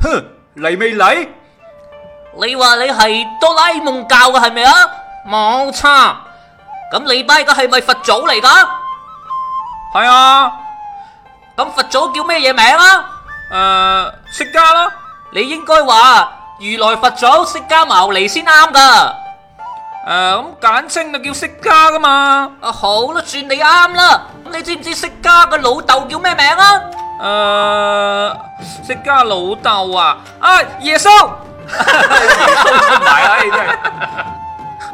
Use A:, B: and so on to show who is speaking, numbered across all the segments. A: 哼，嚟未嚟？
B: 你話你係哆啦 A 夢教嘅係咪啊？冇差。咁你拜嘅係咪佛祖嚟㗎？
A: 係啊，
B: 咁佛祖叫咩嘢名啊？
A: 诶、釋迦啦，
B: 你應該話如來佛祖釋迦牟尼先啱㗎。啊
A: 诶、咁簡稱就叫釋迦噶嘛，
B: 啊好啦，算你啱啦。咁你知唔知釋迦嘅老豆叫咩名啊？
A: 诶、Ờ, 釋迦老豆啊，啊，耶穌，出埋啦，你真係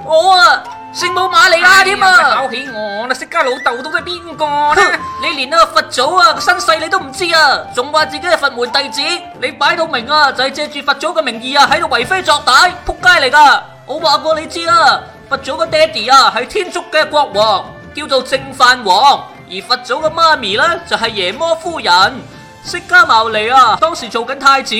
B: 我啊，聖母瑪利亞添啊！
A: 搞起我啦，釋迦老豆到底係邊個
B: 哼
A: 咧？
B: 你連啊佛祖啊個身世你都唔知啊，仲話自己係佛門弟子，你擺到明啊，就係借住佛祖嘅名義啊，喺度為非作歹，撲街嚟噶！我話過你知啊，佛祖嘅爹哋啊係天竺嘅國王，叫做正飯王，而佛祖嘅媽咪呢，就係、耶摩夫人。釋迦牟尼啊，當時做緊太子，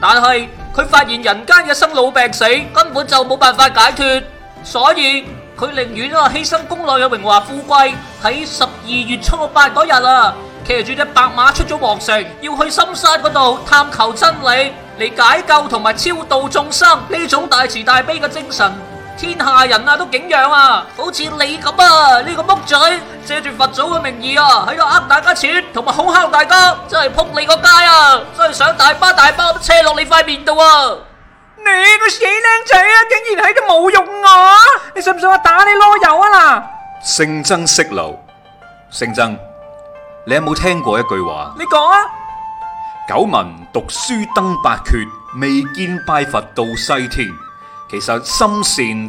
B: 但係佢發現人間嘅生老病死根本就冇辦法解脱，所以佢寧願啊犧牲宮內嘅榮華富貴，喺十二月初八嗰日啊，騎住只白馬出咗皇城，要去深山嗰度探求真理，嚟解救同埋超度眾生呢種大慈大悲嘅精神。天下人啊都景仰啊，好似你咁啊，呢、個木仔借住佛祖嘅名義啊，喺度呃大家錢，同埋恐嚇大家，真係撲你個街啊！真係想大巴大巴咁車落你塊面度啊！
A: 你個死僆仔啊，竟然喺度侮辱我！你信唔信我打你啰柚啊
C: 姓曾息流，姓曾，你有冇聽過一句話
A: 嗱？？你講啊！
C: 九民讀書登八闕，未見拜佛到西天。其實心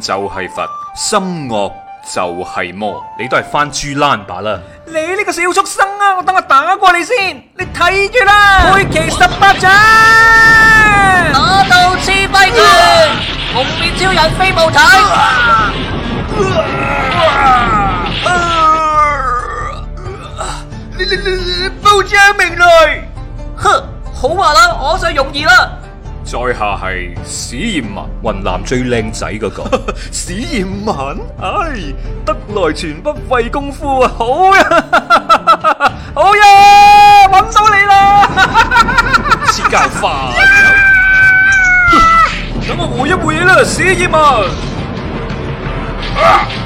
C: 善就係佛，心惡就係魔。你都係翻豬欄把啦。
A: 你呢個小畜生啊！我等我打過你先，你睇住啦，佩奇十八掌。
B: 打到黐跛佢，蒙面超人飛毛腿，
A: Ờ. 你你你報將名來，
B: 哼，好話啦，我就容易啦。
C: 再下係史艷文，雲南最靚仔嗰個。 史艷文，唉，得來全不費功夫啊！好啊呀，
A: 好嘢，揾到你啦！
C: 黐啊膠 花。等我回一回啦，史艷文。啊
A: Hãy subscribe cho kênh Ghiền Mì Gõ Để không bỏ lỡ